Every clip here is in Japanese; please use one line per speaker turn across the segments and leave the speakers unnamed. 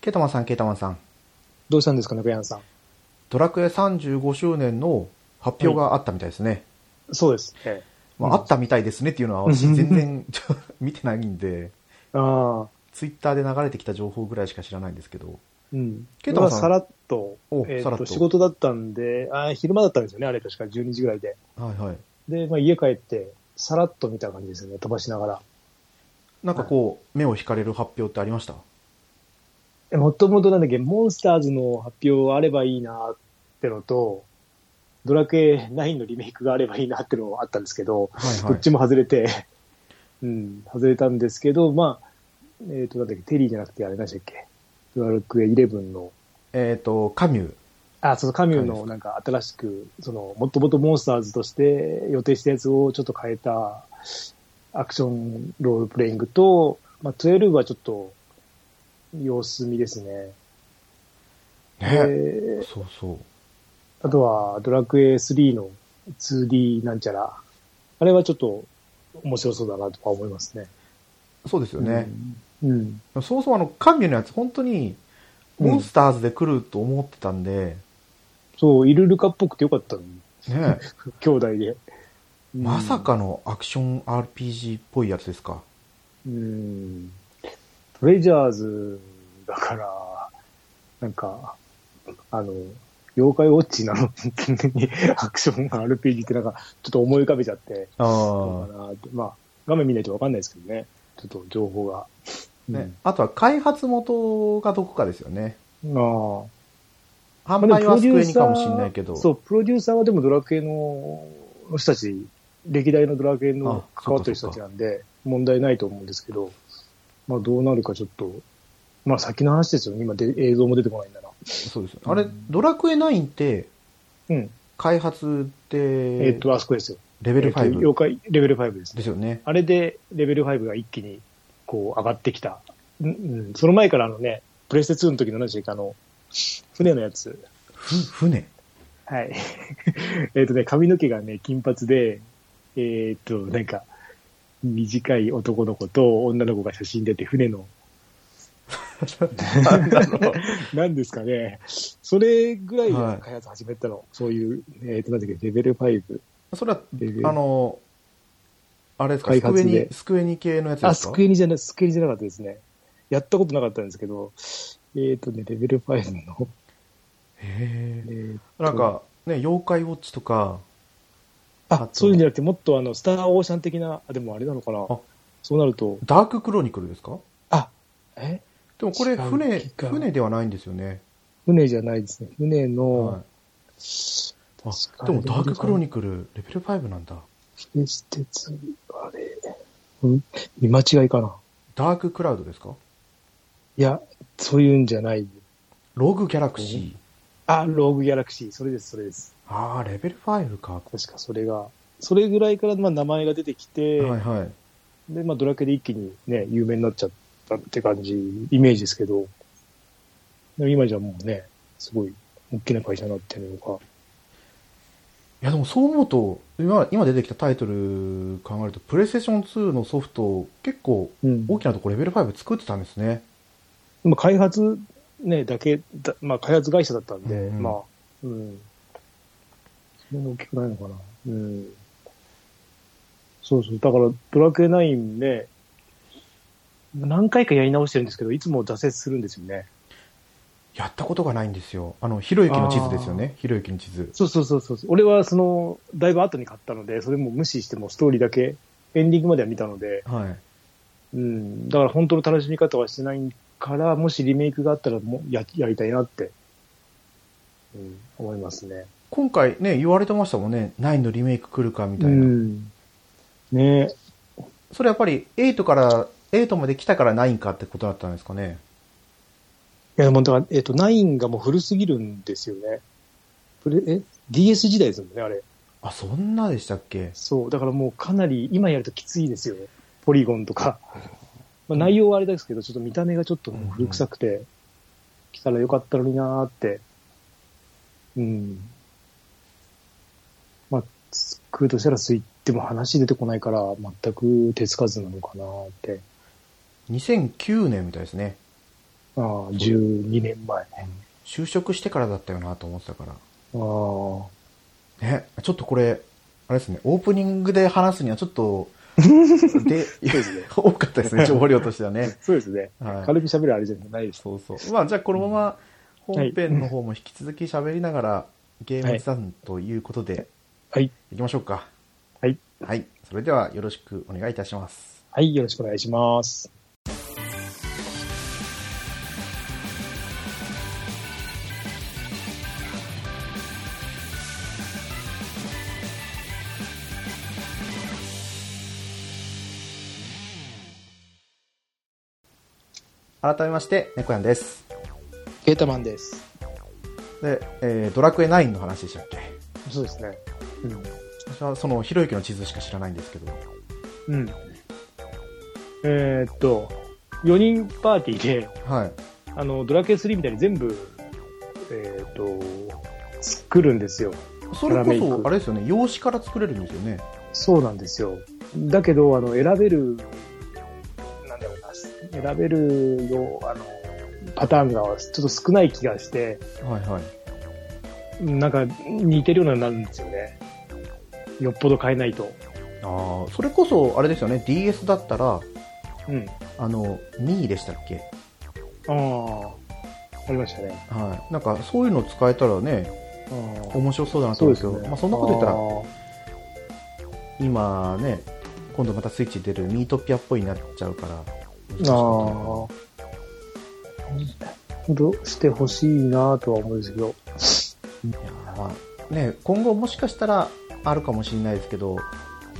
ケータマンさん、ケータマンさん。
どうしたんですかね、ベアンさん。
ドラクエ35周年の発表があったみたいですね。
そうです。え
まあ、あったみたいですねっていう のは私全然ちょ見てないんで、
え。ああ。
ツイッターで流れてきた情報ぐらいしか知らないんですけど。
うん。
ケ
け
イタ
ど
マンさん
さらっと、え
お
ー
さらっと
と仕事だったんで、あー昼間だったんですよね、あれ確か12時ぐらいで。
はいはい。
で、まあ、家帰って、さらっと見た感じですよね、飛ばしながら。
なんかこう、目を引かれる発表ってありました
えもともとなんだっけ、モンスターズの発表あればいいなってのと、ドラクエ9のリメイクがあればいいなってのがあったんですけど、
はい
どっちも外れて、 うん、外れたんですけど、まあ、えっ、と、なんだっけ、テリーじゃなくて、あれ何でしたっけ、ドラクエ11の、
えっ、と、カミュー。
あ、そのカミュー
カミュ
のなんか新しく、その、もともとモンスターズとして予定したやつをちょっと変えたアクションロールプレイングと、まあ、12はちょっと様子見ですね。
ね、
で
そうそう。
あとはドラクエ3の 2D なんちゃら。あれはちょっと面白そうだなとは思いますね。
そうですよね。
うん。うん。
そもそもあの、カミューのやつ、本当に、モンスターズで来ると思ってたんで、
そう、イルルカっぽくてよかったのに。
ね、
兄弟で。うん
まさ。かのアクション RPG っぽいやつですか。
うん。トレジャーズだから、なんか、あの、妖怪ウォッチなのにアクション RPG ってなんか、ちょっと思い浮かべちゃって、どう
あ
かなってまあ、画面見ないとわかんないですけどね。ちょっと情報が。
あ、ね。あとは開発元がどこかですよね。
うん、ああ。
販
ま
売
あ
はス
でもプロ
ク
デュ
エ
ー
ニ
サ
か
ー
もしれないけど。
そう、プロデューサーはでもドラクエのの人たち、歴代のドラクエの
あ
関わってる人たちなんで、問題ないと思うんですけど、まあどうなるかちょっと、まあ先の話ですよね。今で映像も出てこないんだなら。
そうです。あれ、ドラクエ9って、
うん。
開発って、
えっと、あそこですよ。
レベ
え
ル
っと、妖
5
怪、レベル5です
で
ね。
すよね。
あれでレベル5が一気にこう上がってきた。うん、うん。その前からあのね、プレステ2の時の何でしたっけあの、船のやつ。
ふ、船。
はい。えっとね、髪の毛がね、金髪で、えーっと、なんか、短い男の子と女の子が写真出て船の、
なんだろう。
なんですかね。それぐらいで
はい
開発始めたの。そういう、えーっと、なんだっけ、レベル5。
それは、
レベル
あの、あれですか、
開
スクエ
発
ニ
で、
スクエニ系のやつで
あ、
す
ス
か
クエニじゃな、スクエニじゃなかったですね。やったことなかったんですけど、えーっとね、レベル5の、
へ
え
え。
ー
なんか、ね、妖怪ウォッチとか、あ
あ、そういうんじゃなくて、もっとあの、スターオーシャン的な、あ、でもあれなのかな
あ。
そうなると、
ダーククロニクルですか
あ、え
でもこれ、
違う
船、
気が
船ではないんですよね。
船じゃないですね。船の、
はい。あ
確、か
で
に
もダーククロニクル、レベル5なんだ。
プレステ2、あれ、うん、見間違いかな。
ダーククラウドですか
いや、そういうんじゃない。
ログギャラクシー。
あ、ローグギャラクシー。それです、それです。
ああ、レベル5か。
確かそれが。それぐらいから、まあ、名前が出てきて、
はいはい。
で、まあ、ドラクエで一気にね、有名になっちゃったって感じ、イメージですけど、でも今じゃもうね、すごい、大きな会社になってるのか。
いやでもそう思うと今今出てきたタイトル考えるとプレイステーション2のソフト結構
うん。
大きなとこレベル5作ってたんですね
まあ、開発、ね、だけだ、まあ、開発会社だったんで、
うんうん
まあ、うん。それも大きくないのかな。うん。そうそう。だから、ドラクエ9ね、何回かやり直してるんですけど、いつも挫折するんですよね。
やったことがないんですよあのひろゆきの地図ですよねひろゆきの地図
そうそうそうそう。俺は、その、だいぶ後に買ったので、それも無視してもストーリーだけ、エンディングまでは見たので、
はい
うん。だから本当の楽しみ方はしてないから、もしリメイクがあったらもうや、やりたいなって、うん、思いますね。
今回ね言われてましたもんね9のリメイク来るかみた
う
いな、
ん。ね
それやっぱり8から8まで来たから9かってことだったんですかね
いや、でもだから、えっ、と、9がもう古すぎるんですよね。これ、え ?DS 時代ですもんね、あれ。
あそんなでしたっけ
そう。だからもうかなり、今やるときついですよ。ポリゴン とか。まあ、内容はあれですけど、ちょっと見た目がちょっともう古臭くて、来たらよかったのになーって。うん。まあ、作るとしたらスイッチも話出てこないから、全く手つかずなのかなーって。
2009年みたいですね
ああ、12年前。あ
就職してからだったよなと思ってたから。
あ。
ね、ちょっとこれ、あれですね、オープニングで話すにはちょっ と、で、
ですね
多かったですね、情報量としてはね。
そうですね。
はい。
軽く喋るあれじゃないです。
そうそう。まあ、じゃあこのまま本編の方も引き続き喋りながら、ゲームさんということで、
はい。
いきましょうか。
はい。
はい。それではよろしくお願いいたします。
はい、よろしくお願いします。
改めまして、猫やんです。
ゲータマンです。
で、えードラクエ9の話でしたっけ
そうですね。うん。
私はその、ひろゆきの地図しか知らないんですけど。
うん。えーっと、4人パーティーで、
はい。
あの、ドラケン3みたいに全部、えーっと、作るんですよ。
それ
ドラメイ
こ
ク
そ、あれですよね、用紙から作れるんですよね。
そうなんですよ。だけど、あの、選べる、なんだろうな、選べるよう、あの、パターンがちょっと少ない気がして、
はいはい。
なんか似てるようになるんですよね。よっぽど変えないと。
ああ、それこそ、あれですよね、DS だったら、
うん。
あの、ミーでしたっけ
ああ、ありましたね。
はい。なんか、そういうの使えたらね、
あ
面白そうだ
あ
なと
そう
思うん
で
ですすけど、まあ、そ
よね。
んなこと言った
あ
ら、
ー
今ね、今度またスイッチ出るミートピアっぽいになっちゃうから、
ああ。ほんとしてほしいなとは思うんですけど。
いやーまあね、今後もしかしたらあるかもしれないですけど、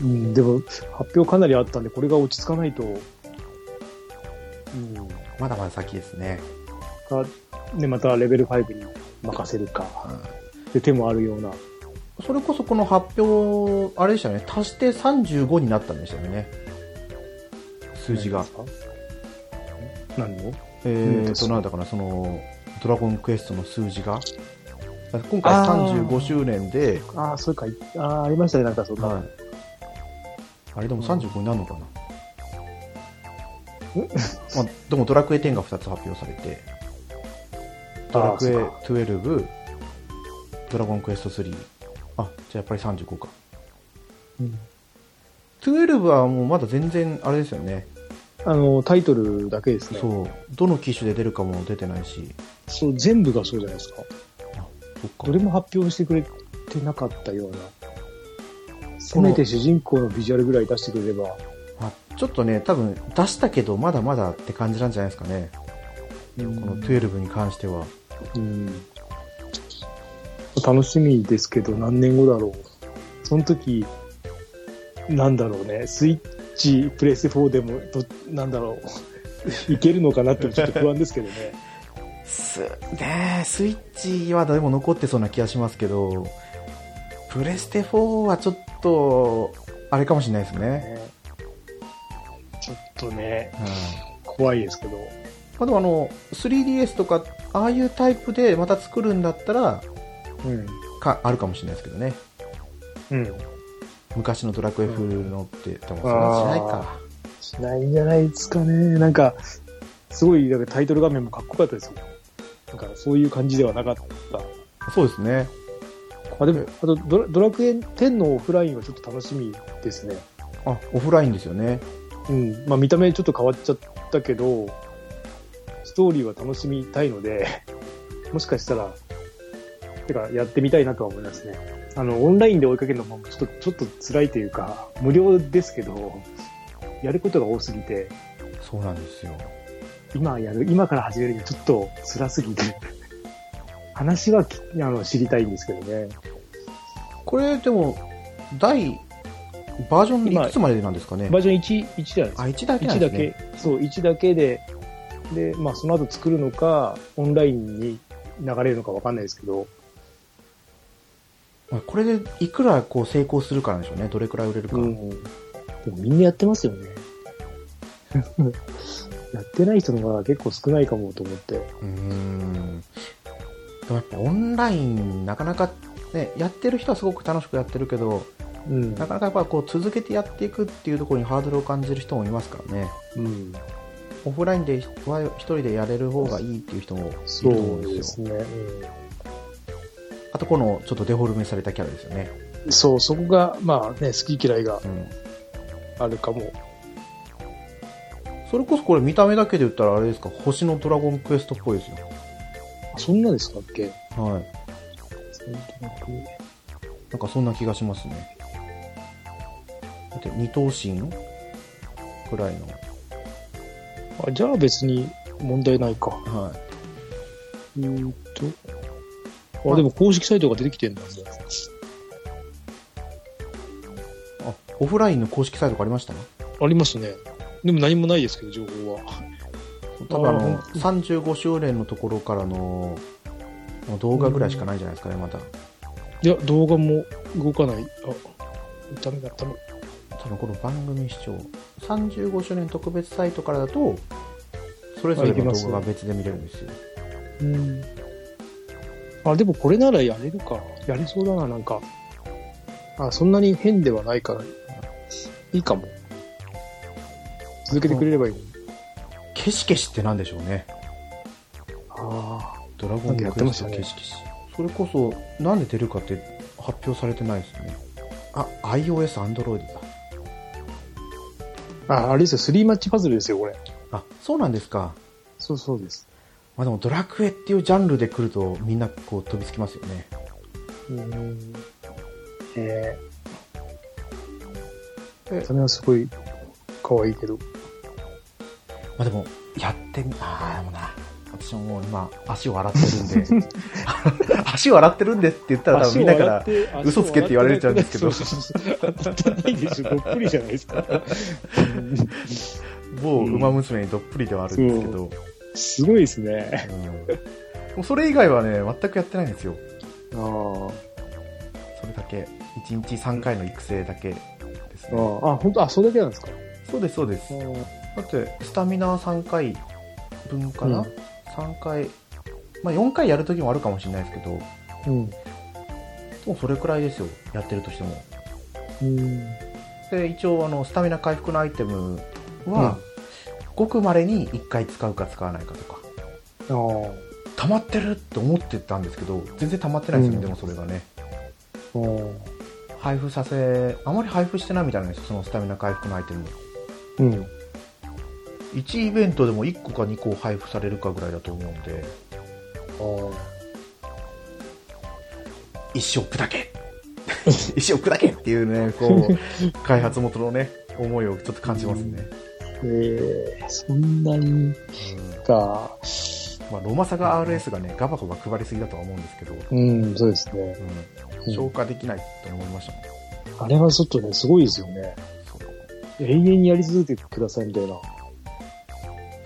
うん、でも、発表かなりあったんで、これが落ち着かないと、うん、
まだまだ先ですね。
か、ね、またレベル5に任せるか、で手もあるような。
それこそこの発表、あれでしたね、足して35になったんでしたよね。数字が。
何の
え
うん
ーと、なんだかな、その、ドラゴンクエストの数字が。今回
あー
35周年で、
ああ、そうか、いああ、ありましたね、なんかそんな。
はい。あれでも35になるのかな。 まあ、でもドラクエ10が2つ発表されて、ドラクエ
あー
12、ドラゴンクエスト3。あ、じゃあやっぱり35か。
うん
12はもうまだ全然あれですよね。
あの、タイトルだけですね。そう。
そう。どの機種で出るかも出てないし。
全部がそうじゃないですか。
そっか
どれも発表してくれてなかったような。せめて主人公のビジュアルぐらい出してくれれば、
あちょっとね、多分出したけどまだまだって感じなんじゃないですかね。
うん
この12に関しては。
うん、楽しみですけど、何年後だろう。その時、なんだろうね、スイッチ、プレイステ4でも、どなんだろう、 いけるのかなってちょっと不安ですけどね。
すねえスイッチはでも残ってそうな気がしますけど、プレステ4はちょっと、あれかもしれないですね。
ねちょっとね、
うん
怖いですけど。
まあ、でもあの、3DS とか、ああいうタイプでまた作るんだったら、
うん。
かあるかもしれないですけどね。
うん。
昔のドラクエ風のって、でもそれ
あー
はしないか。
しないんじゃないですかね。なんか、すごい、なんかタイトル画面もかっこよかったですよ。なんか、そういう感じではなかった。
そうですね。
まあでも、あとドラ、ドラクエ10のオフラインはちょっと楽しみですね。
あ、オフラインですよね。
うん、まあ見た目ちょっと変わっちゃったけど、ストーリーは楽しみたいので、 もしかしたら、てかやってみたいなとは思いますね。あの、オンラインで追いかけるのもちょっと、ちょっと辛いというか、無料ですけど、やることが多すぎて、
そうなんですよ。
今やる、今から始めるにはちょっと辛すぎて、話はきあの知りたいんですけどね。
これでも第バージョン
今
いくつまでなんですかね
バージョン1、1じゃないです
あ
か。
1だけなん
1
で
だ
すね
け、そう、1だけで、で、まあ、その後作るのか、オンラインに流れるのかわかんないですけど、
まあこれでいくらこう成功するかなんでしょうねどれくらい売れるか、
うん。でもみんなやってますよ ね。やってない人の方が結構少ないかもと思って。
うーんでもやっぱオンラインなかなかねやってる人はすごく楽しくやってるけど
うん。
なかなかやっぱこう続けてやっていくっていうところにハードルを感じる人もいますからね
うん。
オフラインでは一人でやれる方がいいっていう人もいると
そ
思うん
う
で
ですす
よ。
ね。
あとこのちょっとデフォルメされたキャラですよね。
うん、そう、そこが、まあね、好き嫌いが
うん。
あるかも。
それこそこれ見た目だけで言ったらあれですか、星のドラゴンクエストっぽいですよ。
そんなでしたっけ
はい。なんかそんな気がしますね。だって二等身のくらいの。
あじゃあ別に問題ないか。
は
うーんと。あ、でも公式サイトが出てきてるんだね。
い。あ、オフラインの公式サイトがありましたね。
ありますね。でも何もないですけど、情報は。
多分あ
あ
の、
ー
35周年のところからの動画ぐらいしかないんじゃないですかね、まだ。
いや、動画も動かない。あ、ダメだ、ダメだ。
多分この番組視聴35周年特別サイトからだとそれぞれの動画が別で見れるんですよ
うん。あ、でもこれならやれるか。やれそうだな、なんか。あ、そんなに変ではないから。いいかも。続けてくれればいい。
ケシケシって何でしょうね
あ
ドラゴンクエ
なんかやってま
ス
した
ト
ね
ケシケシ、それこそなんで出るかって発表されてないですよねあ iOS アンドロイドだ
あ。あ、あれですよ、スリーマッチパズルですよ、これ。
あそうなんですか
そうそうです。
まあでもドラクエっていうジャンルで来るとみんなこう飛びつきますよね
うん。え
で
ー、それはすごい可愛いけど。
まあでもやってみああでもな私ももう今足を洗ってるんで 足を洗ってるんでって言ったら多分みんなから嘘つけって言われちゃうんですけど
足を洗って当たってないでしょ、どっぷりじゃないですか。うん
某ウマ娘にどっぷりではあるんですけど、
すごいですね。
うん、でもそれ以外はね全くやってないんですよ
ああ。
それだけ1日3回の育成だけですね
あ、本当あ、それだけなんですか。
そうですそうです
あ
だってスタミナ3回分かな、
うん
3回まあ4回やるときもあるかもしれないですけどで
うん。
もそれくらいですよやってるとしても
うん。
で一応あのスタミナ回復のアイテムは、ごくまれに1回使うか使わないかとか
ああ。
溜まってるって思ってたんですけど全然溜まってないですね、
うん
でもそれがね
うん。
配布させあまり配布してないみたいなんですよそのスタミナ回復のアイテム
うん。
1イベントでも1個か2個配布されるかぐらいだと思うんで
あ
一生砕け 一生砕けっていうねこう開発元のね思いをちょっと感じますね、
あ。ええそんなにか。
まあ、ロマサガ RS がねガバガバ配りすぎだとは思うんですけど、
うん、そうですね。
うん、消化できないと思いましたね、
あれはちょっとね、すごいですよね。
そう
永遠にやり続けてくださいみたいな。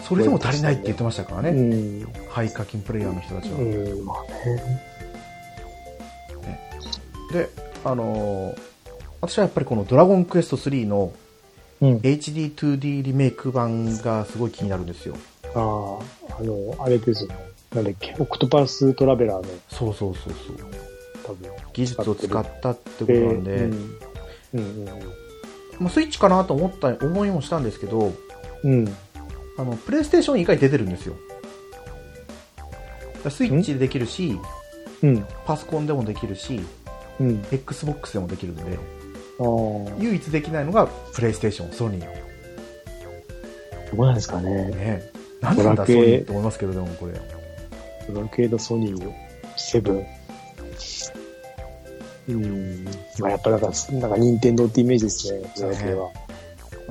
それでも足りないって言ってましたから
う
ね、
ん。
ハイ課金プレイヤーの人たちは、
うん。まあね。
であのー私はやっぱりこの「ドラゴンクエスト3」の
うん。
HD2D リメイク版がすごい気になるんですよ
ああ、あの、あれですね。なんだっけ、オクトパストラベラーの、
そうそうそうそう
多分。
技術を使ったってこと
え
なんで、
ーうん。うん
まあ、スイッチかなと思った思いもしたんですけど
うん。うん。
あのプレイステーション以外出てるんですよだからスイッチでできるし
うん。
パソコンでもできるし
うん。
XBOX でもできるんで
ああ。ど
唯一できないのがプレイステーションソニー
うなんですかね。
ね何なんだ
ドラ
ソ
クエ
ニーって思いますけどでもこれ
ドラクエドソニーのセブン。うん。まあやっぱなんか、なんか任天堂ってイメージですね、ドラクエは。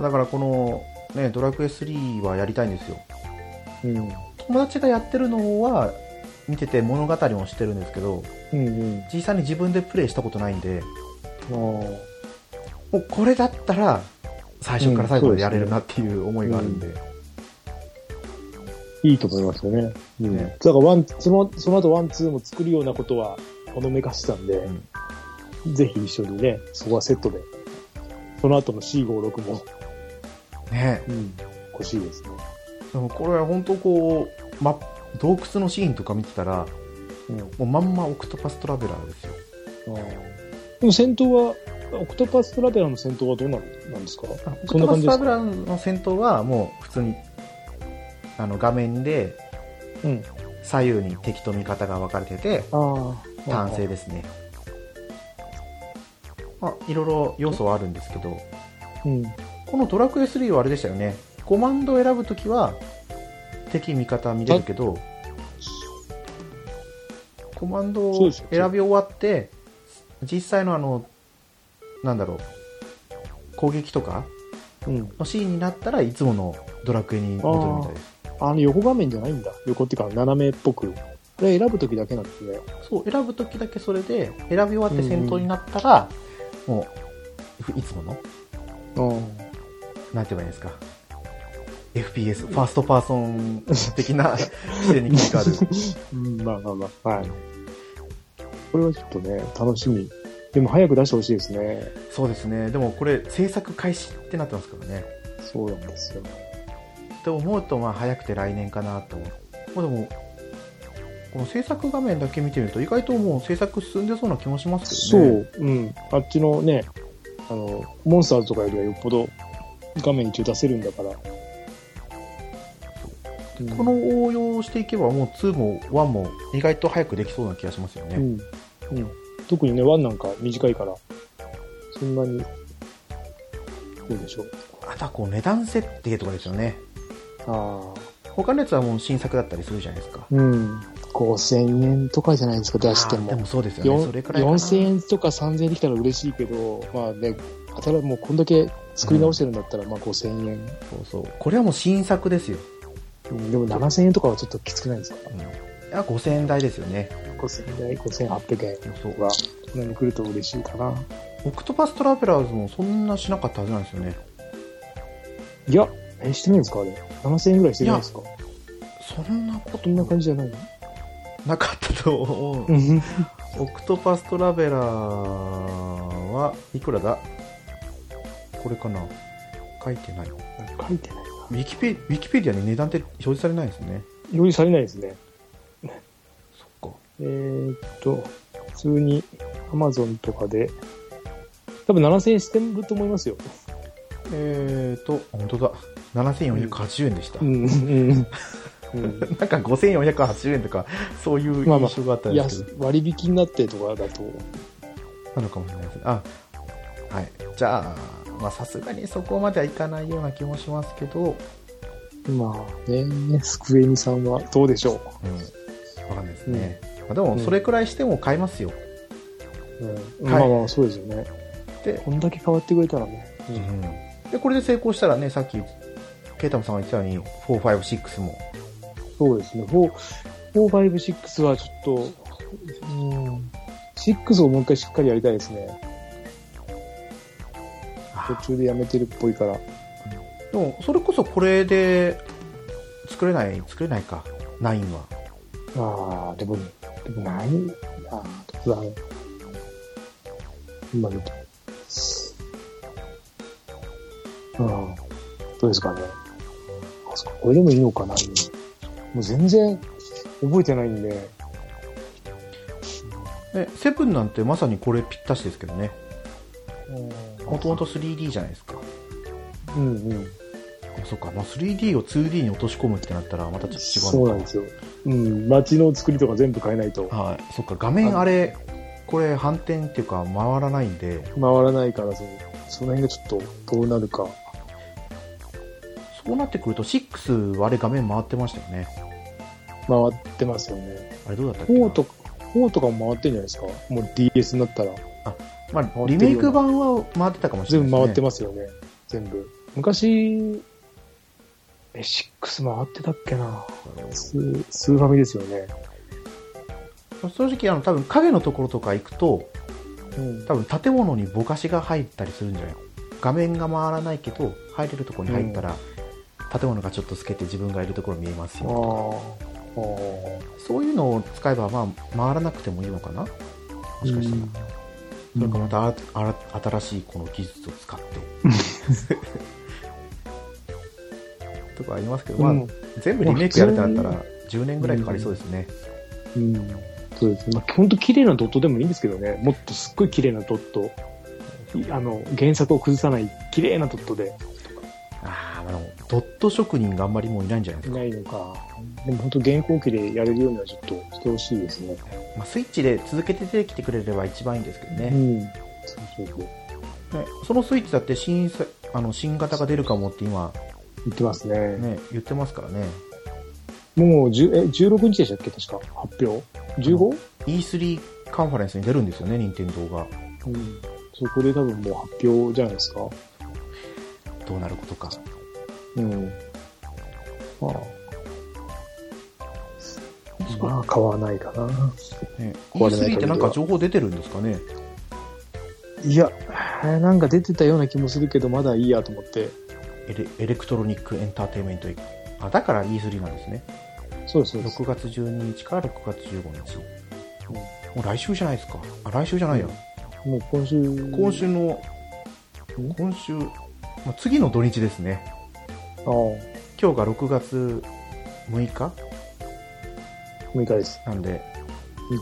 だからこの、ね、ドラクエ3はやりたいんですよ
うん。
友達がやってるのは見てて物語もしてるんですけど
うん
実際に自分でプレイしたことないんで
うん。ああ。
もうこれだったら最初から最後までやれるなっていう思いがあるんで、
いいと思いますよね。うん。
ね
だからワン、その、その後ワン、ツーも作るようなことは、ほのめかしてたんで、ぜひ一緒にね、そこはセットで。その後の C56 も、
ね
うん。欲しいですね。
でもこれは本当こう、ま、洞窟のシーンとか見てたら
うん。
もうまんまオクトパストラベラーですよ
でも戦闘は、オクトパストラベラーの戦闘はどうなるなんです
オ
か
ク
そ
ト
んな
パ
感
ス
じ
トラベ
ですか
ラーの戦闘はもう普通にあの画面で
うん。
左右に敵と味方が分かれてて
ああ。
単成ですね、まあ、いろいろ要素はあるんですけど
うん。
この「ドラクエ3」はあれでしたよねコマンドを選ぶときは敵味方見れるけどコマンド
そう
を
です
選
よ
び終わって実際のあのなんだろう攻撃とか
うん。
のシーンになったらいつものドラクエに戻るみたいです
あの、横画面じゃないんだ。横っていうか、斜めっぽく。これ選ぶときだけなんですね。
そう選ぶ時だけそれで選び終わって戦闘になったら、もういつもの
う
なんて言えばいいんですか FPS ファーストパーソン的な 視点に切り替わる
ん。まあまあまあ。はい。これはちょっとね、楽しみ。でも早く出してほしいですね。
そうですねでもこれ制作開始ってなってますからね
そうなんですよ。
って思うとまあ早くて来年かなと思うまあでもこの制作画面だけ見てみると意外ともう制作進んでそうな気もしますけ
そ
ど
う、
ね
うん。あっちのね、あの、モンスターズとかよりはよっぽど画面に中出せるんだから。うん
こ、の応用をしていけばもう2も1も意外と早くできそうな気がしますよね、
うん。うん。特にね、ワンなんか短いから、そんなに、どうでしょう。
あとはこう値段設定とかですよね
ああ。
他のやつはもう新作だったりするじゃないですか
うん。5000円とかじゃないですか、出して
あーで
も。
もそうですよね
よん
それくらいかな
4000円とか3000円できたら嬉しいけど、まあね、ただもうこんだけ作り直してるんだったら、まあ5000円、
そうそうこれはもう新作ですよ、
うんでも7000円とかはちょっときつくないですか
うん、あ5000円台ですよね
?5000 円、5800円
そう
とか、そんなに来ると嬉しいかな。
オクトパストラベラーズもそんなしなかったはずなんですよね
いや、え、してないんですかあれ。7000円ぐらいしてないんですか
そんなこ
そんな感じじゃないの
なかったと思う
うん。
オクトパストラベラーはいくらだこれかな書いてないウ
書いてないな。
ィキペウィキペディアに値段って表示されないですね
表示されないですね。
そっか
えーっと、普通に Amazon とかで、多分7000円してると思いますよ。
えーと本当だ7480円でした、
うん、うん。うん
なんか5480円とかそういう
まあまあ
印象があったんです
安
けど、
割引になってとかだと、
なのかもしれないですねあはいじゃあまあさすがにそこまではいかないような気もしますけど
まあね、スクエニさんはどうでしょ
うんわかんないですね、まあ、でもそれくらいしても買いますよ、
う。うん
はい
まあまあ、そうですよね。
で
こんだけ変わってくれたらね。
でこれで成功したらねさっきケイタムさんが言ってたように456も
そうですね。4、4、5、6はちょっと、うん、6をもう一回しっかりやりたいですね。途中でやめてるっぽいから。
でもそれこそこれで作れない作れないか9は
ああ、でも、でもないああ、どうだろう。今見た。うん。どうですかね。あ、そっかこれでもいいのかな今もう全然覚えてないんで。
で7なんてまさにこれぴったしですけどねもとも
と。
と 3D じゃないですか
うんうん。
あそっか、まあ、3D を 2D に落とし込むってなったらまたちょっと違
そうう
の
なんですよ。うん。街の作りとか全部変えないと
はいそっか画面あれこれ反転っていうか回らないんで
回らないから、そのその辺がちょっとどうなるか。
そうなってくると6はあれ画面回ってましたよね
回ってますよね。
あれどうだったっけな
4とか、4とかも回ってんじゃないですか。もう DS になったら。
まあ、リメイク版は回ってたかもしれな
全
い
部回って
ま
ますよね。全部。昔、え、6回ってたっけなスー、スーファミですよね。
す正直あの多分影のところとか行くと
うん。
多分建物にぼかしが入ったりするんじゃない画面が回らないけど入れるところに入ったら、建物がちょっと透けて自分がいるところ見えます
あ
よ
あ。ああ。
そういうのを使えば、まあ、回らなくてもいいのかなもしかしたら、それかまたああら新しいこの技術を使って とかありますけど、まあ
うん
全部リメイクやるってなったら10年ぐらいかかりそうですね、
うん。そうですね。まあ、ほんと綺麗なドットでもいいんですけどね。もっとすっごい綺麗なドット。いあの、原作を崩さない綺麗なドットで。
ああ、まあでも、ドット職人があんまりもういないんじゃないですか。
ないのか。でも本当、現行機でやれるようにはちょっとしてほしいですね。
まあ、スイッチで続けて出てきてくれれば一番いいんですけど
う
ね。
ん。そうそうそう。
ねそのスイッチだって新さあの新型が出るかもって今、
言ってますね。
ね、言ってますからね。
もう10え、16日でしたっけ確か。発表。15?
E3 カンファレンスに出るんですよね、任天堂が。
うん。そこで多分もう発表じゃないですか。
どうなることか。
うん。まあ、
ま
まあ、買わないかな。
あね、
壊れない限り
E3
は
ってなんか情報出てるんですかね。
いや、なんか出てたような気もするけど、まだいいやと思って。
エレエレクトロニックエンターテインメント。あ、だから E3 なんですね。
そうです、そうです。
6月12日から6月15日。もう来週じゃないですか。あ、来週じゃないや。
もう今週。
今週の、
うん
今週、まあ、次の土日ですね。
ああ、6
今日が6月6日
日です。
なんで、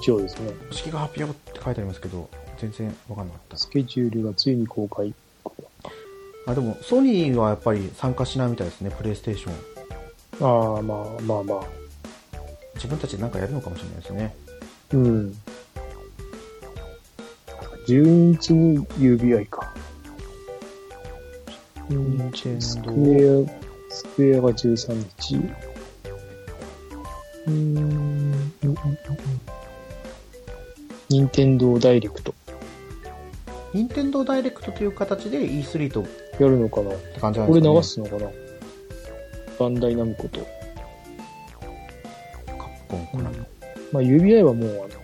日曜ですね。
式が発表って書いてありますけど、全然わかんなかっ
スケジュールがついに公開。
た。あ、でも、ソニーはやっぱり参加しないみたいですね、プレイステーション。
ああ、まあまあまあ。
自分たちでなんかやるのかもしれないですね。
うん。12日に UBI か。
任天堂
スクエア、スクエアが13日。うーん。任天堂ダイレクト。
任天堂ダイレクトという形で E3 とっ
やるのかな
て感じなん
こ
で
れ
すかね。
流すのかなバンダイナムコと。
カプコン、コナミ
まあ UBI はもう、あの、フ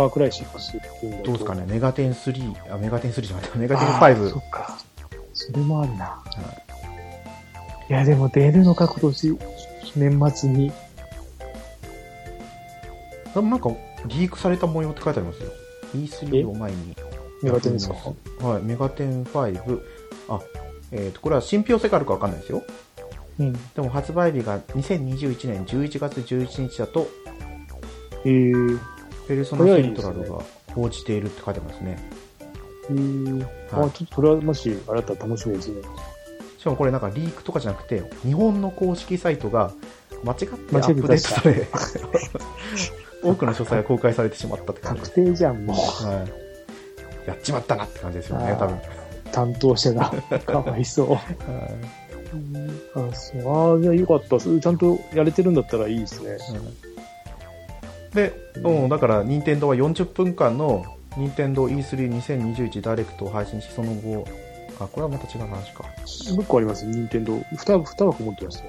ァークライシックスっていうのと
どうですかね、メガテン3、あ、メガテン3じゃなくて、メガテン
あーそ
5。
っか。それもあるな。いや、でも出るのか、今年。年末に。
でもなんか、リークされた模様って書いてありますよ。E3 を前に。
メガテンですか
はい、メガテン5。あ、えっ、と、これは信憑性があるかわかんないですよ。
うん。
でも発売日が2021年11月11日だと、
えー、
ペルソナセントラルが報じているって書いてますね。
えー、
はい
あ、ちょっとそれはもし、あなた楽しみですね。
しかもこれなんかリークとかじゃなくて、日本の公式サイトが間違ってア
間違っ
ッ
て
プデートされ、 多くの詳細が公開されてしまったって感じで
確定じゃん、もう。
す。はい。やっちまったなって感じですよね
あ、ー
多分。
担当者 が。かわいそう。
はい
あ、そう。あーじゃあよかった。それちゃんとやれてるんだったらいいですね。
で、
うん
うん、だから、任天堂は40分間の、任天堂 E32021 ダイレクトを配信し、その後、あ、これはまた違う話か。
もう一個あります、任天堂。二二枠持ってますよ。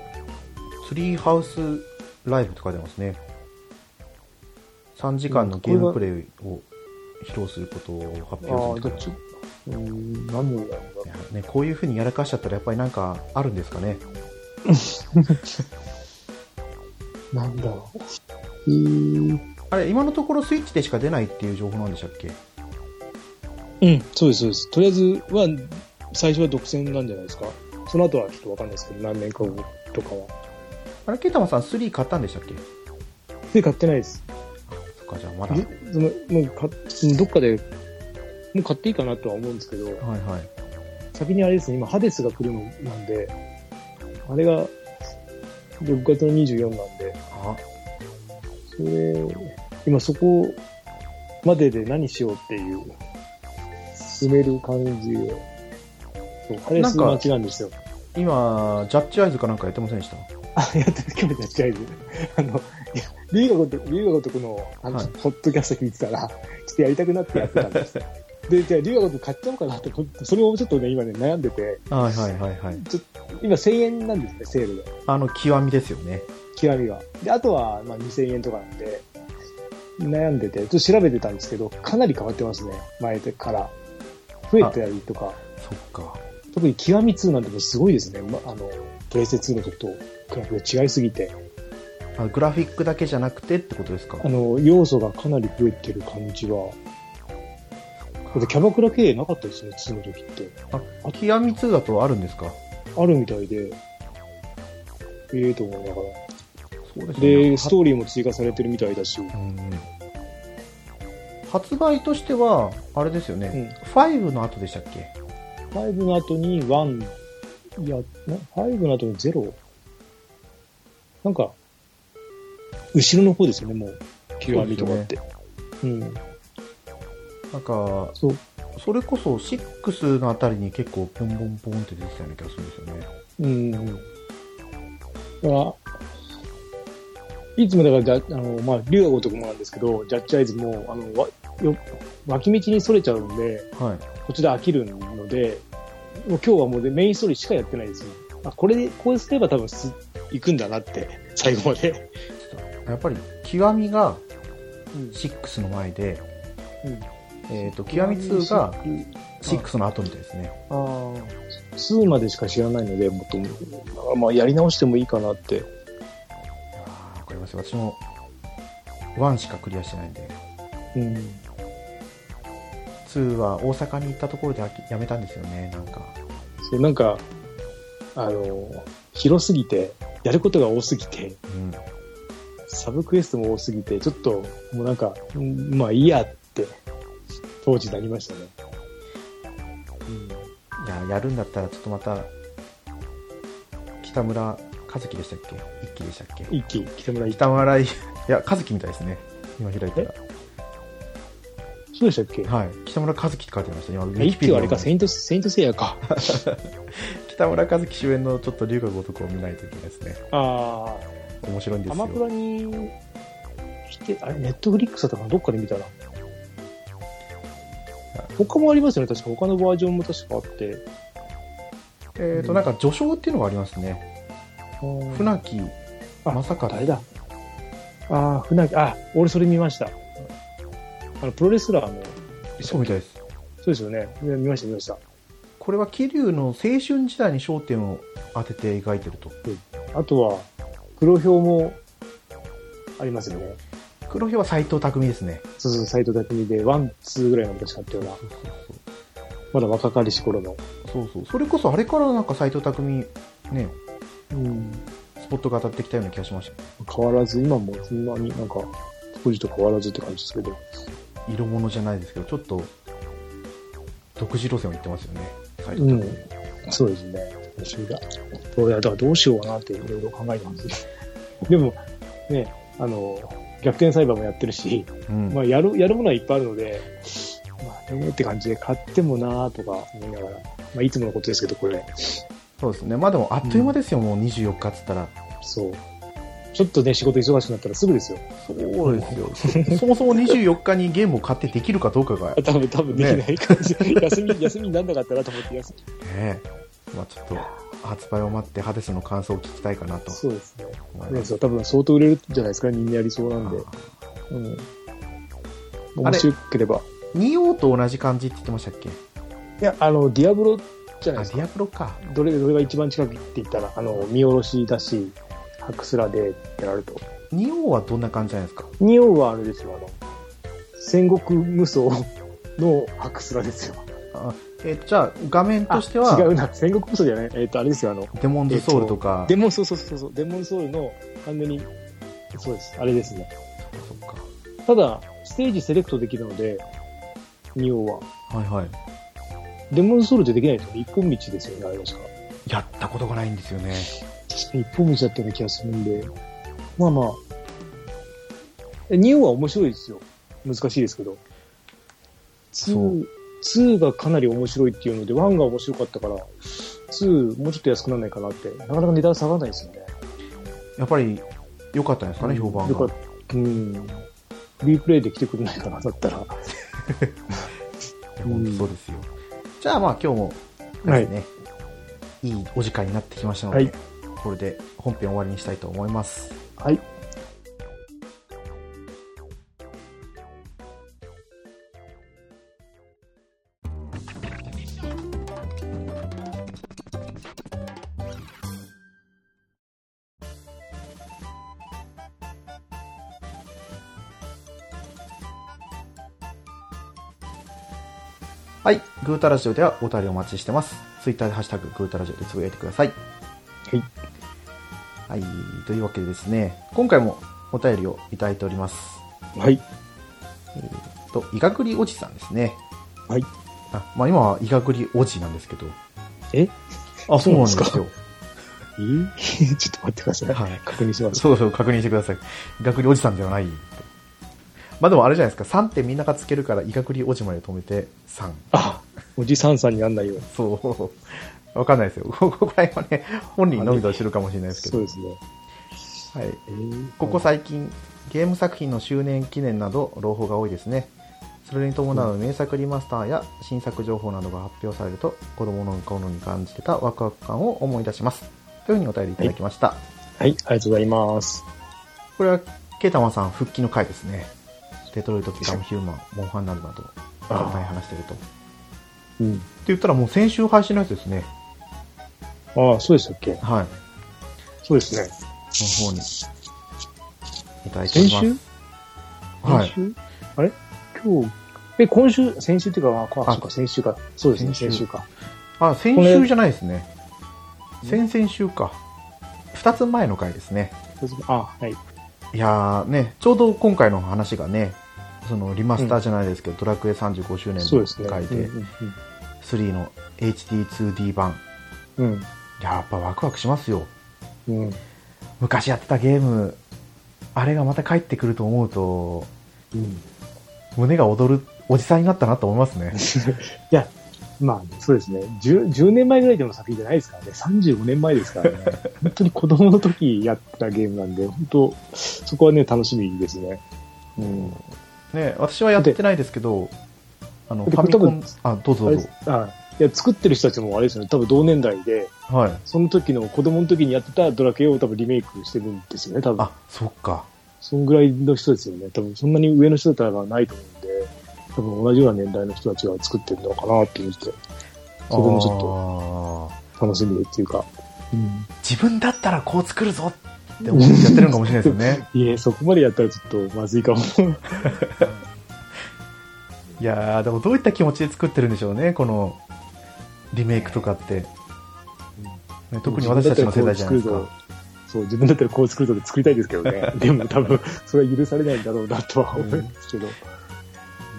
ツリーハウスライブって書いてますね。3時間のゲームプレイを披露することを発
ああ、
表す
ど
る
っ
と
ち
か。
うーん、何をやるんだろう
いやね、こういう風にやらかしちゃったらやっぱりなんかあるんですかね。
なんだろう。えー、
あれ、今のところスイッチでしか出ないっていう情報なんでしたっけ
うん、そうです、そうです。とりあえずは、最初は独占なんじゃないですか。その後はちょっとわかんないですけど、何年か後とかは。
あれ、ケータマンさん3買ったんでしたっけ
で、買ってないです。
そっか、じゃあまだ。は
で
い、
その、もうか、どっかで、もう買っていいかなとは思うんですけど、
はい。
先にあれですね、今、ハデスが来るのなんで、あれが、6月の24なんで、
あ、
それ、今そこまでで何しようっていう、埋める感じを。そう、ハデス待ちなんですよ。
今、ジャッジアイズかなんかやってませんで した
あ、やってる、今日やっちゃえず。あの、いや、リーガごと、リーガごとくの、あの、
はい
ホットキャスト聞いてたら、ちょっとやりたくなってやってたんです。で、じゃあ、リーガごとく買っちゃおうかなって、それをちょっとね、今ね、悩んでて、
はいはいはいはい。
今1000円なんですね、セールで。
あの、極みですよね。
極みが。で、あとは、まあ、2000円とかなんで、悩んでて、ちょっと調べてたんですけど、かなり変わってますね、前から。増えてたりとか、
そっか。
特に極み2なんてもうすごいですね、ま、あの、プレイステ2の時と比べて違いすぎて。
あグラフィックだけじゃなくてってことですか
あの、要素がかなり増えてる感じは。だってキャバクラ経営なかったですね、2の時って。
あ極み2だとあるんですか
あるみたいで、ええと思いながら。
そうですよね。
で、ストーリーも追加されてるみたいだし。
うん発売としては、あれですよね、
う
5の後でしたっけ
5の後に1いや、な5の後に0。なんか、後ろの方ですよね、もう。極みとかって。うん。
なんか、
そう。
それこそ6のあたりに結構ポンポンポンって出てきたような気がするんですよね。
うんうんうん。だからいつもだから、じゃあの、まあ、竜が如くもなんですけど、ジャッジアイズも、あの、わよ脇道にそれちゃうんで、
はい。
途中で飽きるので、もう今日はもうでメインストーリーしかやってないですよ。あ、これで、こうすれば多分す、行くんだなって、最後まで。
やっぱり、極みが
うん。
6の前で、
うん。
えっ、と、極み2が
うん、
6の後みたいですね。
ああ、2までしか知らないので、もっと、まあ、やり直してもいいかなって。
あーわかります。私も、1しかクリアしてないんで、
うん。
2は大阪に行ったところで飽きやめたんですよね、なんか。
そう、なんか、あの、広すぎて、やることが多すぎて、
うん。
サブクエストも多すぎて、ちょっと、もうなんか、うんまあいいやって、当時なりましたね。
いや、やるんだったらちょっとまた、北村和樹でしたっけ一輝でしたっけ
一気に北村行った。
北村い、いや、和樹みたいですね。今開いたら。
そうでしたっけ
はい。北村和樹って書いてありました。今、ウ
あ
ィ
一
キペデ
気
ィ
は
ア
あ
の
れか、セイント、セイントセイヤか。
北村和樹主演のちょっと龍が如くを見ないといけないですね。
あ
面白いんで
あ、ア
す
マプ
よ。
ラに来て、あれ、ネットフリックスだったかなどっかで見たな。他もありますよね、確か。他のバージョンも確かあって。
えっ、と、なんか序章っていうのがありますね。船木
あ
正
あ
和。
誰だああ、船木、あ、俺それ見ました。あの、プロレスラーの、
そうみたいです。
そうですよね。いや見ました、見ました。
これは桐生の青春時代に焦点を当てて描いてると。
あとは、黒豹もありますよね。
黒ひは斎藤匠ですね。
そうそう、斎藤匠で、ワン、ツーぐらいまで確かあったような。
そうそうそう。
まだ若かりし頃の。
そうそう。それこそあれからなんか斎藤匠、ね、
うん。
スポットが当たってきたような気がしました。
変わらず、今もそんなになんか、当時と変わらずって感じですけど。
色物じゃないですけど、ちょっと、独自路線を行ってますよね。斎
う
藤匠。
ん。そうですね。それだ。そういや、だからどうしようかなっていろいろ考えてます。 でも、ね、あの、逆転裁判もやってるし、
うん
まあ、やる、やるものはいっぱいあるので、まあ、でもって感じで買ってもなーとか思いながら、まあ、いつものことですけど、これ。
そうですね。まあでも、あっという間ですよ、もう24日っつったら。
そう。ちょっとね、仕事忙しくなったらすぐですよ。
そうですよ。 そもそも24日にゲームを買ってできるかどうかが、ね
多分、多分できない感じ。 休み、休みになんなかったなと思って、休
え、まあちょっと、発売を待って、ハデスの感想を聞きたいかなと
み。そうですね。
思い
ね
ます。
そう多分相当売れるんじゃないですか、人間やりそうなんで。
あ
うん。
あ
面
れ
白ければ。
ニオと同じ感じって言ってましたっけ
いや、あの、ディアブロじゃない
あ、デ
ですか。
ィアブロか。
どれ、どれが一番近くって言ったら、あの、見下ろしだし、ハクスラでやられると。
ニオはどんな感じなんですか
ニオはあれですよ、あの、戦国無双のハクスラですよ。
あえーじゃあ、画面として
あ違う
は、
な、戦国無双じゃない。えっ、と、あれですよ、あの、
デモンズソウルとか、
デモン、そうそうそうそう、デモンソウルの完全に、そうです、あれですね。
そっか。
ただ、ステージセレクトできるので、ニオは。
はいはい。
デモンソウルってできないですよね。一本道ですよね、あれですか。
やったことがないんですよね。
確かに一本道だったような気がするんで。まあまあ。えニオは面白いですよ。難しいですけど。
そう
2、2がかなり面白いっていうので、1が面白かったから、2もうちょっと安くならないかなって。なかなか値段下がらないですよね。
やっぱり、良かったんですかね、評判
よかっ
が。
た。うん。リプレイで来てくれないかな、だったら。
本当そうですよ。じゃあまあ今日も
は
で
い
すね、い、いお時間になってきましたので、
はい
これで本編終わりにしたいと思います。
はい。
はい、グータラジオではお便りお待ちしてます。ツイッターでハッシュタググータラジオでつぶやいてください。
はい。
はい、というわけでですね、今回もお便りをいただいております。
はい。
と、いがぐりおじさんですね。
はい。
あまあ今はイガグリおじなんですけど、
え
あ、そうなんですよ。
えー ちょっと待ってください。
はい
確認します。
そうそう、確認してください。学理おじさんではない。まあでもあれじゃないですか、3ってみんながつけるから、医学理おじまで止めて3。
あ、おじさんさんになんないように。
そう。わかんないですよ。ここら辺はね、本人のみと知るかもしれないですけ
そ
ど
う。ですね。
はい。
えー
ここ最近、ゲーム作品の周年記念など、朗報が多いですね。それに伴う名作リマスターや新作情報などが発表されると、子供の頃に感じてたワクワク感を思い出します。というふうにお便りいただきました。
はい、ありがとうございます。
これは、ケータマンさん復帰の回ですね。デトロイト、ビカムヒューマン、モンハンなどなど、お互い話してると。って
うん。
言ったらもう先週配信のやつですね。
ああ、そうでしたっけ
はい。
そうですね。
の方に、いただいてお
先
ります。
週
はい
先。週、あれ今日、え、今週、先週っていうか、あ、あ
あ
そうか、先週か。そうですね、
先週
先週か。
あ、先週じゃないですね。先々週か。二つ前の回ですね。
あ、はい。
いやーね、ちょうど今回の話がね、そのリマスターじゃないですけど、ドラクエ35周年
そうです
の
ね。
回で、
うん
3の HD2D 版。
うん
やっぱワクワクしますよ。
うん。うん。
昔やってたゲーム、あれがまた帰ってくると思うと、
うん。
胸が躍るおじさんになったなと思います ね。
いや、まあ、そうですね10。10年前ぐらいでも作品じゃないですからね。35年前です からね。本当に子供の時やってたゲームなんで、本当、そこはね、楽しみですね。うん。
ね、私はやってないですけど、あの、フ
で
ァミコ
多
ン
分、
あ、どうぞど
あれ
うぞ。
あいや、作ってる人たちもあれですよね。多分同年代で、
はい。
その時の子供の時にやってたドラクエを多分リメイクしてるんですよね、多分
あ。、そっか。
そんぐらいの人ですよね。多分そんなに上の人だったらないと思うんで、多分同じような年代の人たちが作ってるのかなって思って、そこもちょっと
と。
楽しみでっていうか。うん。
自分だったらこう作るぞって思ってやってるのかもしれないですよ ね。
いえ、そこまでやったらちょっとまずいかも。
いやー、でもどういった気持ちで作ってるんでしょうね、このリメイクとかって。ね特に私たちの世代じゃないですか。。
そう、自分だったらこう作るぞで作りたいですけど ね。でも多分、それは許されないんだろうなとは思うんですけど。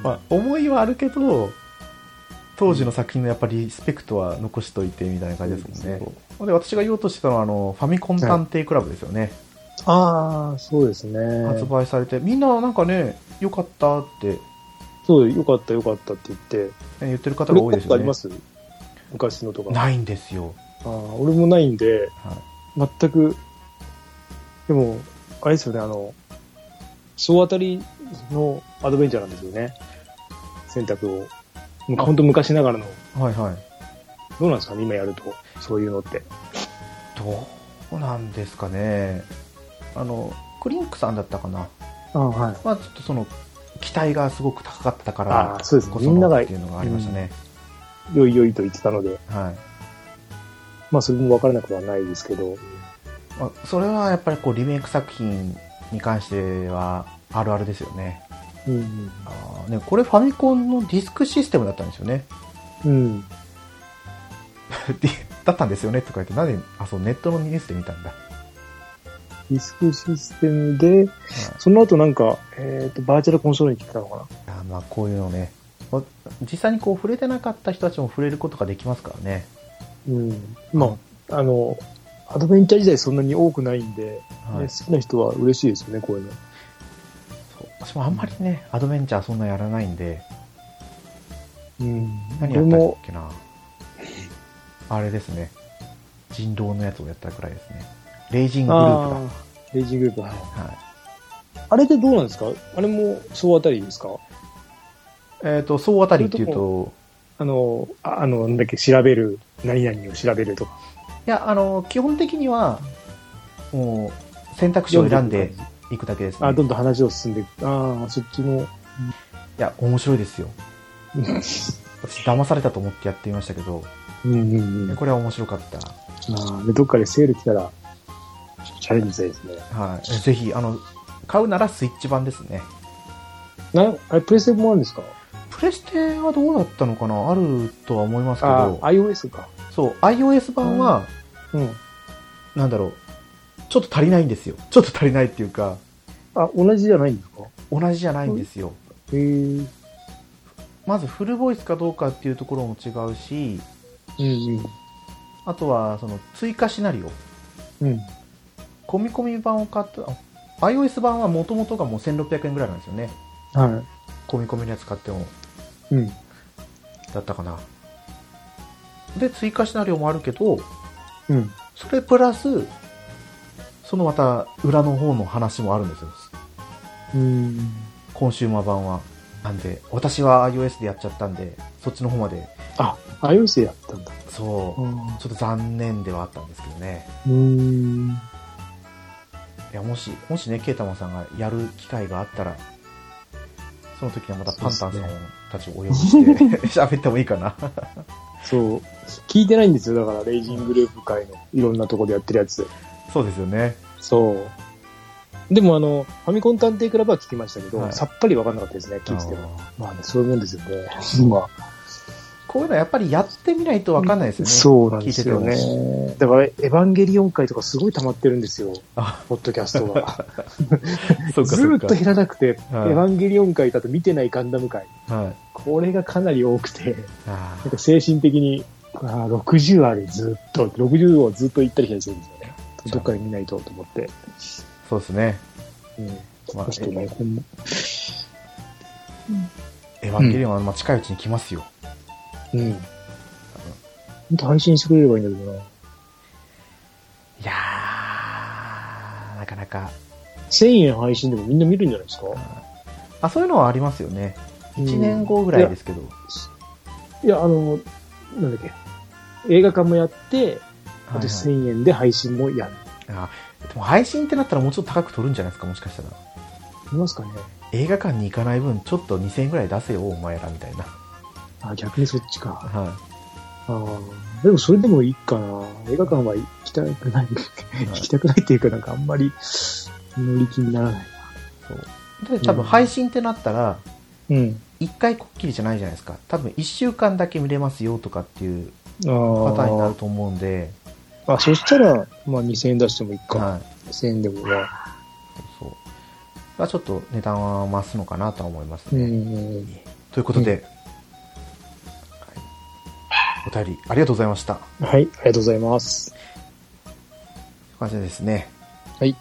まあ、思いはあるけど、当時の作品のやっぱりリスペクトは残しといてみたいな感じですもんね。で、私が言おうとしてたのは、あの、ファミコン探偵クラブですよね。
ああ、そうですね。
発売されて、みんななんかね、良かったってね
そう、よかったよかったって言って。
言ってる
こ
方
れ
が多いです
あ
よ
り
ね
ま。す昔のとか。
ないんですよ。
あー俺もないんで、
はい
全く、でも、あれですよね、あの、総当たりのアドベンチャーなんですよね。選択を。む本当昔ながらの。
はいはい。
どうなんですかね、今やると。そういうのって。
どうなんですかね。あの、クリンクさんだったかな。
ああ、はい。
まあちょっとその、期待がすごく高かったか
あ
ら
ー、そうですね
こそ
みんな
の
が
っていうのがありましたね。
よいよいと言ってたので、
はい。
まあそれも分からなくはないですけど。
まあ、それはやっぱりこう、リメイク作品に関しては、あるあるですよね。
うん。
あーね、これファミコンのディスクシステムだったんですよね。
うん。
でだったんですよねって書いて、なんで、あ、そう、ネットのニュースで見たんだ。
ディスクシステムで、その後なんか、えっ、と、バーチャルコンソールに来てたのかな。
あーまあ、こういうのね。まあ実際にこう、触れてなかった人たちも触れることができますからね。
うん。まあ、あの、アドベンチャー時代そんなに多くないんで、
はい
ね、好きな人は嬉しいですよね、こういうの。
そう私もあんまりね、アドベンチャーそんなやらないんで、
うん。
何や
俺
ったっ
も、
けな。あれですね。人狼のやつをやったくらいですね。レイジングループ
ああ、レイジングループ。はい
だ。はい、
あれってどうなんですかあれも総当たりですか
えっ、と、総当たりっていうと、
あの、ああの、なんだっけ、調べる、何々を調べるとか。
いや、あの、基本的には、もう、選択肢を選んでいくだけです、ね。
あ、どん
い
どん話を進んでいく。ああ、そっちの。
や、面白いですよ。私、騙されたと思ってやってみましたけど、
うんうんうん。
これは面白かった。
あーでどっかでセール来たら、チャレンジしたいですね。
はい、ぜひ、あの、買うならスイッチ版ですね。
な、あれ、プレステもあるんですか
プレステはどうだったのかなあるとは思いますけ
あ
ど、
あ、iOS か。
そう、iOS 版は、
うん。
なんだろう、ちょっと足りないんですよ。ちょっと足りないっていうか、
あ、同じじゃないんですか
同じじゃないんですよ。
へえ。
まずフルボイスかどうかっていうところも違うし、
うんうん。
あとはその追加シナリオ
うん。
コミコミ版を買ったあ iOS 版はもともとがもう1600円ぐらいなんですよね
は
コミコミのやつ買っても
い。うん。
だったかなで追加シナリオもあるけど
うん。
それプラスそのまた裏の方の話もあるんですよ
うん。
コンシューマー版はなんで私は iOS でやっちゃったんでそっちの方まで
あ、iOS でやったんだ。
そう、
う
ちょっと残念ではあったんですけどね
ん。
いやもしもしねケイタマンさんがやる機会があったらその時はまたパンタンさんを
そうです
たちをお呼びして 喋ってもいいかな
そう。聞いてないんですよ。だから、レイジングループ会のいろんなとこでやってるやつ。
そうですよね
そう。でも、あの、ファミコン探偵クラブは聞きましたけど、
はい
さっぱりわかんなかったですね、聞いてても。
あー
まあね、そういうもんですよ ね。今。
こういうのはやっぱりやってみないと分かんないですよね、
そうなんですよ
聞いてても
ね。だから、エヴァンゲリオン会とかすごい溜まってるんですよ。
あ
ポッドキャストが。
そうかそ
ずー
う
っ
か
と減らなくて、
はい
エヴァンゲリオン会だと見てないガンダム会。
はい
これがかなり多くて、
あ
なんか精神的に、あー60あれずっと、60をずっと行ったり来たりするんですよね。どっかで見ないとと思って。
ーそうですね
うん。
まあ
ちょっとね、ほんま
エヴァンゲリオンはまあ近いうちに来ますよ、
うん。ほんと配信してくれればいいんだけどな。
いやーなかなか
1000円配信でもみんな見るんじゃないですか
あそういうのはありますよね1年後ぐらいですけど、
いや、あの、なんだっけ。映画館もやって、あ
はい
と
はい
1000円で配信もやる。
でも配信ってなったらもうちょっと高く取るんじゃないですかもしかしたら
いますかね
映画館に行かない分ちょっと2000円ぐらい出せよお前らみたいな、
あ、逆にそっちか。
は
あーでもそれでもいいかな。映画館は行きたくない。
い、
行きたくないっていうか、なんかあんまり乗り気にならない。
で多分配信ってなったら
うん。
1回こっきりじゃないじゃないですか多分1週間だけ見れますよとかっていうパ
ああ
ターンになると思うんで、
あ、そしたら、まあ2000円出してもいいか。
はい、
1000円でもな。
そうまあちょっと値段は増すのかなとは思います
う
ね、
ん。
ということで、はいお便りありがとうございました
はい、ありがとうございます。
感じでですね、
はい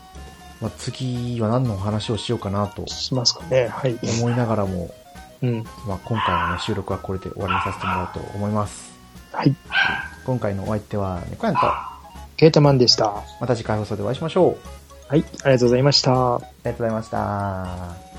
まあ、次は何のお話をしようかなと
しますかね。はい。
思いながらも、
うん。
まあ、今回の、ね、収録はこれで終わりにさせてもらおうと思います
はい。
今回のお相手は猫やんと
ケータマンでした。は
また次回放送でお会いしましょう
い、ありがとうございました。
ありがとうございました